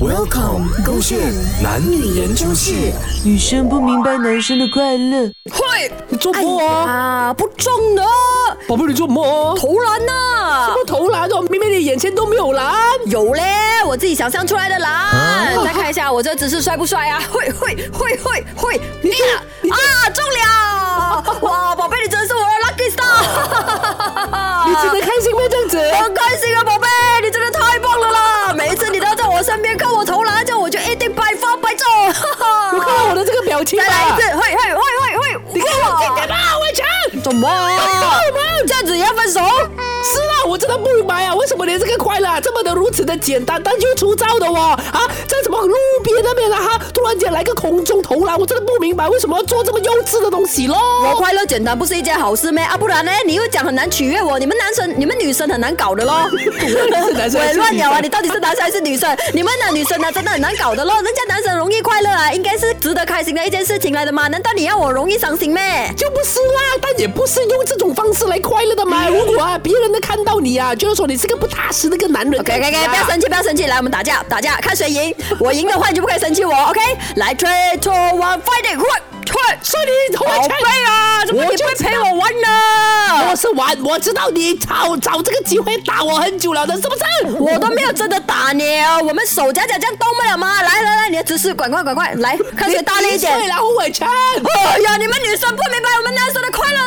Welcome，勾线男女研究室。女生不明白男生的快乐。会，你做哎么啊？呀，不中的，宝贝，你做么啊？投篮呐、不投篮哦，明明你眼前都没有篮。有嘞，我自己想象出来的啦。啊再看一下我这姿势帅不帅啊？ 会会会会会，呀啊中 了！哇，宝贝，你真是我的 lucky star！ 你真的开心吗？这样子？很开心啊，宝贝，你真的太棒了啦！每一次你都在我身边看我投篮，这样我就一定百发百中。哈哈有看到我的这个表情吗再？来一次，会会会会会！你看我今哦天吧，伟强。怎么啊？这样子也要分手？是啊，我真的不明白啊，为什么连这个快乐、啊、这么的如此的简单，但又粗糙的哦啊，在什么路边那边啊哈，突然间来个空中投篮，我真的不明白为什么要做这么幼稚的东西咯。我快乐简单不是一件好事咩？啊，不然呢？你又讲很难取悦我，你们男生、你们女生很难搞的咯。是 男生我还也是乱聊啊！女生你到底是男生还是女生？ 你们那女生啊呢，真的很难搞的咯。人家男生容易快乐啊，应该是值得开心的一件事情来的嘛。难道你要我容易伤心咩？就不是啦，但也不是用这种方式来快乐的嗯嘛。如果啊，别人都看到你啊，就是说你是个不踏实的一个男人。 OK OK OK，不要生气，不要生气，来我们打架，打架看谁 赢。我赢的话你就不可以生气我，OK？来，three two one fighting，快快！所以你投宝篮贝啊，怎么你啊我不就会知陪道我玩呢？我是玩，我知道你找找这个机会打我很久了的，是不是？我都没有真的打你哦，我们手夹夹这样动不了吗？来来来，你的姿势， 赶快赶快来，看谁大力一点对。了，胡伟强。哎呀，你们女生不明白我们男生的快乐